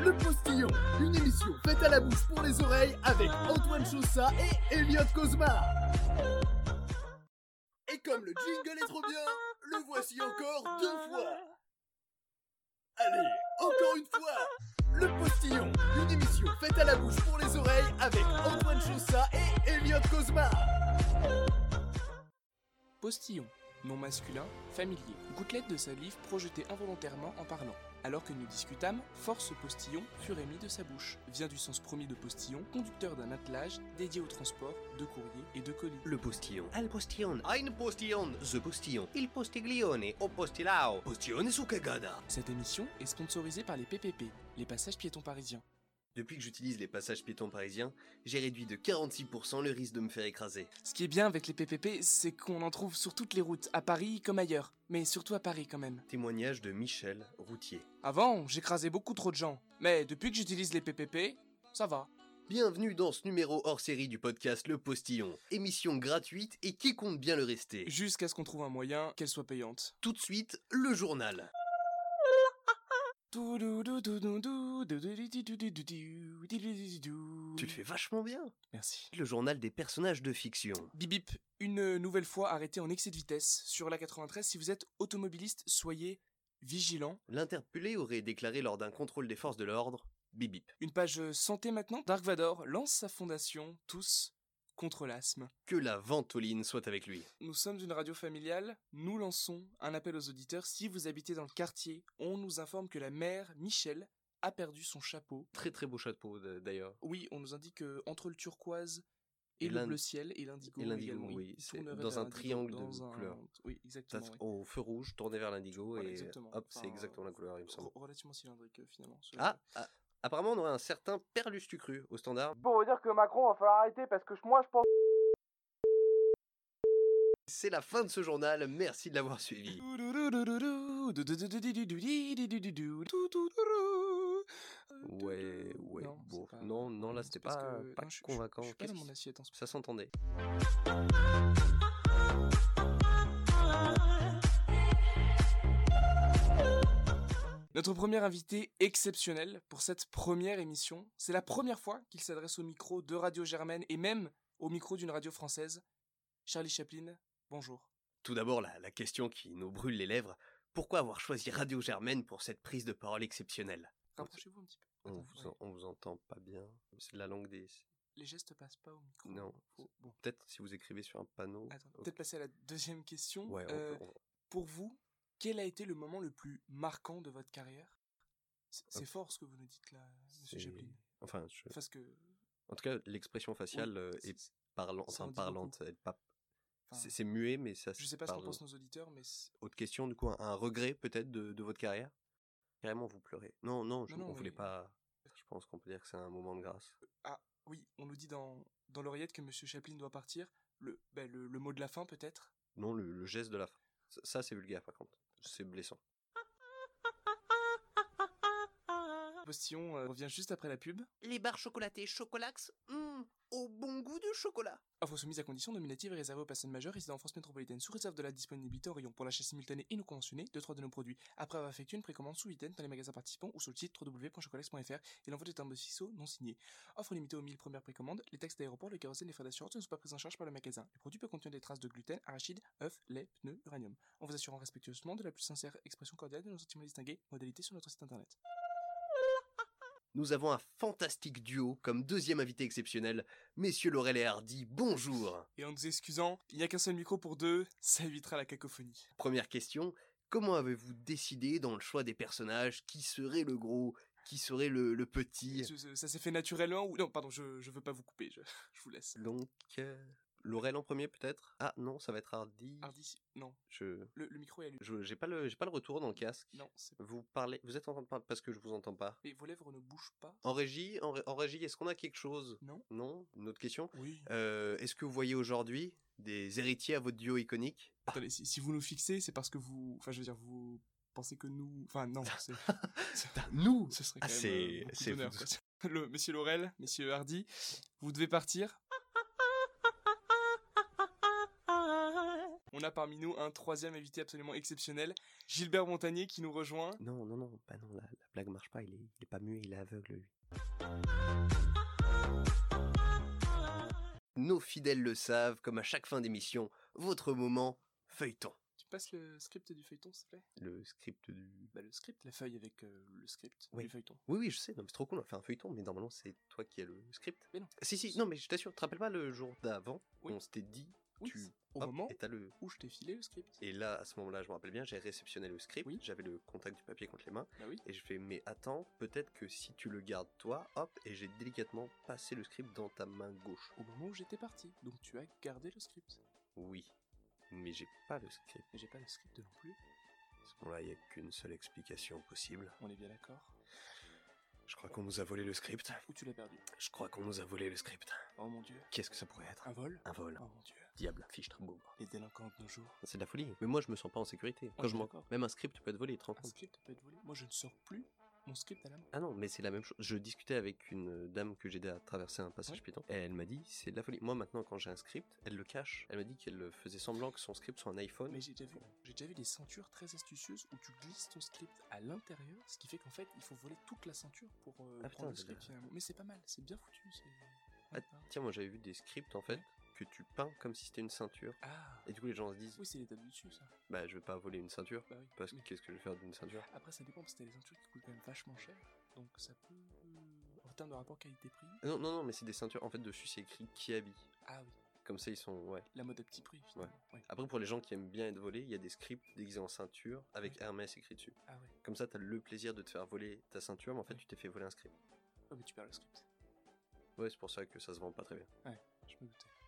Le Postillon, une émission faite à la bouche pour les oreilles avec Antoine Chaussat et Elliot Cosma. Et comme le jingle est trop bien, le voici encore deux fois. Allez, encore une fois. Le Postillon, une émission faite à la bouche pour les oreilles avec Antoine Chaussat et Elliot Cosma. Postillon, nom masculin, familier, gouttelette de salive projetée involontairement en parlant. Alors que nous discutâmes, force postillon fut émis de sa bouche, vient du sens premier de postillon, conducteur d'un attelage dédié au transport de courriers et de colis. Le postillon, al postillon, ein postillon, the postillon, il postiglione, o postilao, postione su cagada. Cette émission est sponsorisée par les PPP, les passages piétons parisiens. Depuis que j'utilise les passages piétons parisiens, j'ai réduit de 46% le risque de me faire écraser. Ce qui est bien avec les PPP, c'est qu'on en trouve sur toutes les routes, à Paris comme ailleurs, mais surtout à Paris quand même. Témoignage de Michel Routier. Avant, j'écrasais beaucoup trop de gens, mais depuis que j'utilise les PPP, ça va. Bienvenue dans ce numéro hors série du podcast Le Postillon, émission gratuite et qui compte bien le rester. Jusqu'à ce qu'on trouve un moyen qu'elle soit payante. Tout de suite, le journal. Tu le Tu le fais vachement bien. Merci. Le journal des personnages de fiction. Bip bip, une nouvelle fois arrêté en excès de vitesse sur la 93. Si vous êtes automobiliste, soyez vigilant. L'interpellé aurait déclaré lors d'un contrôle des forces de l'ordre Bip bip. Une page euh, santé maintenant. Dark Vador lance sa fondation Tous contre l'asthme. Que la ventoline soit avec lui. Nous sommes une radio familiale, nous lançons un appel aux auditeurs. Si vous habitez dans le quartier, on nous informe que la mère, Michel, a perdu son chapeau. Très très beau chapeau d- d'ailleurs. Oui, on nous indique que entre le turquoise et, Et le l'in- bleu ciel et l'indigo et l'indigo, également, oui, il c'est tournerait dans vers un l'indigo, triangle de dans un- couleur. Oui, Ça exactement. se- oui. Au feu rouge, tourné vers l'indigo Voilà, et exactement. hop, Enfin, c'est exactement la couleur, il me semble. Re- Relativement cylindrique euh, finalement. ce- Ah, ah, apparemment on aurait un certain Perlus Tucru au standard. Bon, on va dire que Macron va falloir arrêter parce que moi je pense. C'est la fin de ce journal, merci de l'avoir suivi. Ouais, ouais, Non, bon. c'est pas- Non, non, là c'était parce pas, que- pas non, je- je- convaincant. Je suis pas Qu'est-ce dans mon qui- assiette en ce moment. Ça s'entendait. Notre premier invité exceptionnel pour cette première émission, c'est la première fois qu'il s'adresse au micro de Radio Germaine et même au micro d'une radio française. Charlie Chaplin, bonjour. Tout d'abord, la, la question qui nous brûle les lèvres. Pourquoi avoir choisi Radio Germaine pour cette prise de parole exceptionnelle Rapprochez-vous un petit peu. on Attends, vous, ouais. en- on vous entend pas bien. C'est de la langue des. Les gestes passent pas au micro. Non. Faut- Bon, Peut-être si vous écrivez sur un panneau. attends, Ok. peut-être passer à la deuxième question. Ouais, on peut- Euh, on- Pour vous, quel a été le moment le plus marquant de votre carrière C'est c'est Hop. fort ce que vous nous dites là, monsieur Ah. C'est- Chaplin. Enfin, je- Parce que. en tout cas, l'expression faciale euh, c'est- est parlant, ça en enfin, dit parlante. Elle pas... enfin, c'est, c'est muet, mais ça. je se sais pas ce qu'en parle. pensent nos auditeurs, mais. c'est- Autre question, du coup, un, un regret peut-être de, de votre carrière Carrément, vous pleurez. Non, non, je, Non, non, on voulait mais- pas. Je pense qu'on peut dire que c'est un moment de grâce. Oui, on nous dit dans, dans l'oreillette que monsieur Chaplin doit partir. Le, ben, le, le mot de la fin peut-être Non, le, le geste de la fin. Ça, ça, c'est vulgaire, par contre. C'est blessant. Postillon euh, revient juste après la pub. Les barres chocolatées Chocolax, mm, au bon goût du chocolat. Offre soumise à condition nominative et réservée aux personnes majeures résidant en France métropolitaine sous réserve de la disponibilité en rayon pour l'achat simultané et non conventionné de trois de nos produits. Après avoir effectué une précommande sous item dans les magasins participants ou sur le site www.chocolax.fr et l'envoi de timbres ciseaux non signé. Offre limitée aux 1000 premières précommandes. Les taxes d'aéroport, le kérosène et les frais d'assurance ne sont pas prises en charge par le magasin. Le produit peut contenir des traces de gluten, arachides, œufs, lait, pneus, uranium. En vous assurant respectueusement de la plus sincère expression cordiale de nos sentiments distingués, modalité sur notre site internet. Nous avons un fantastique duo comme deuxième invité exceptionnel, messieurs Laurel et Hardy, bonjour Et en nous excusant, il n'y a qu'un seul micro pour deux, ça évitera la cacophonie. Première question, comment avez-vous décidé dans le choix des personnages qui serait le gros, qui serait le, le petit Ce- ce- Ça s'est fait naturellement ou... Non, pardon, je, je veux pas vous couper, je, je vous laisse. Donc, euh, Laurel en premier peut-être Ah non, ça va être Hardy. Hardy, non, Je, le, le micro est allumé. je- j'ai pas le, j'ai pas le retour dans le casque. Non, c'est... Vous parlez, vous êtes en train de parler parce que je vous entends pas. Mais vos lèvres ne bougent pas En régie, en, ré- en régie, est-ce qu'on a quelque chose Non. Non. Une autre question. Oui. Euh, est-ce que vous voyez aujourd'hui des héritiers à votre duo iconique Attendez, si, si vous nous fixez, c'est parce que vous... Enfin, je veux dire, vous pensez que nous... Enfin, non, c'est... Nous ce serait Ah, quand même c'est- euh, beaucoup c'est d'honneur, vous. quoi. Le, monsieur Laurel, monsieur Hardy, vous devez partir. On on a parmi nous un troisième invité absolument exceptionnel, Gilbert Montagnier, qui nous rejoint. Non, non, non, bah non, la, la blague marche pas, il est, il est pas muet, il est aveugle, lui. Nos fidèles le savent, comme à chaque fin d'émission, votre moment feuilleton. Tu passes le script du feuilleton, s'il te plaît Le script du... Bah, le script, la feuille avec euh, le script Oui. du feuilleton. Oui, oui, je sais, non, mais c'est trop cool, on a fait un feuilleton, mais normalement c'est toi qui as le script. Mais non. Si, si, non, mais je t'assure, tu te rappelles pas le jour d'avant Oui. On s'était dit, Oui, tu... au hop, moment et t'as le... où je t'ai filé le script. Et là, à ce moment-là, je me rappelle bien, j'ai réceptionné le script, Oui. j'avais le contact du papier contre les mains, Bah oui. et je fais, mais attends, peut-être que si tu le gardes toi, hop, et j'ai délicatement passé le script dans ta main gauche. Au moment où j'étais parti, donc tu as gardé le script. Oui, mais j'ai pas le script. Mais j'ai pas le script non plus. À ce moment-là, il n'y a qu'une seule explication possible. On est bien d'accord. Je crois qu'on nous a volé le script. Où tu l'as perdu Je crois qu'on nous a volé le script. Oh mon dieu. Qu'est-ce que ça pourrait être Un vol Un vol. Oh mon dieu. Diable, fichtre, bougre. Les délinquants de nos jours. C'est de la folie. Mais moi, je me sens pas en sécurité. Ah, Quand je je suis m'en- d'accord. Ah, Même un script peut être volé, tu te rends Un compte script peut être volé. Moi, je ne sors plus mon script à la main. Ah non, mais c'est la même chose. Je discutais avec une dame que j'aidais à traverser un passage Ouais. Python. Et elle m'a dit, c'est de la folie. Moi, maintenant, quand j'ai un script, elle le cache. Elle m'a dit qu'elle faisait semblant que son script soit un iPhone. Mais j'ai déjà vu, j'ai déjà vu des ceintures très astucieuses où tu glisses ton script à l'intérieur, ce qui fait qu'en fait, il faut voler toute la ceinture pour euh, Ah, putain, prendre le c'est script bien. finalement. Mais c'est pas mal, c'est bien foutu. c'est- Ah, Tiens, moi, j'avais vu des scripts, en fait, que tu peins comme si c'était une ceinture. Ah. Et du coup, les gens se disent, Oui, c'est l'étape du dessus, ça. bah, je vais pas voler une ceinture. hein. Bah oui. Parce que Mais qu'est-ce que je vais faire d'une ceinture Après, ça dépend parce que t'as des ceintures qui coûtent quand même vachement cher, donc ça peut, euh, en termes de rapport qualité-prix. Non, non, non, mais c'est des ceintures. En fait, dessus, c'est écrit Kiabi. Ah oui, Comme ça, ils sont. Ouais. la mode à petit prix. Finalement. Ouais. Après, pour les gens qui aiment bien être volés, il y a des scripts déguisés en ceinture avec Hermès écrit dessus. Ah ouais. Comme ça, t'as le plaisir de te faire voler ta ceinture, mais en fait, Ouais. tu t'es fait voler un script. Oh, mais tu perds le script. Ouais, c'est pour ça que ça se vend pas très bien. Je me doutais.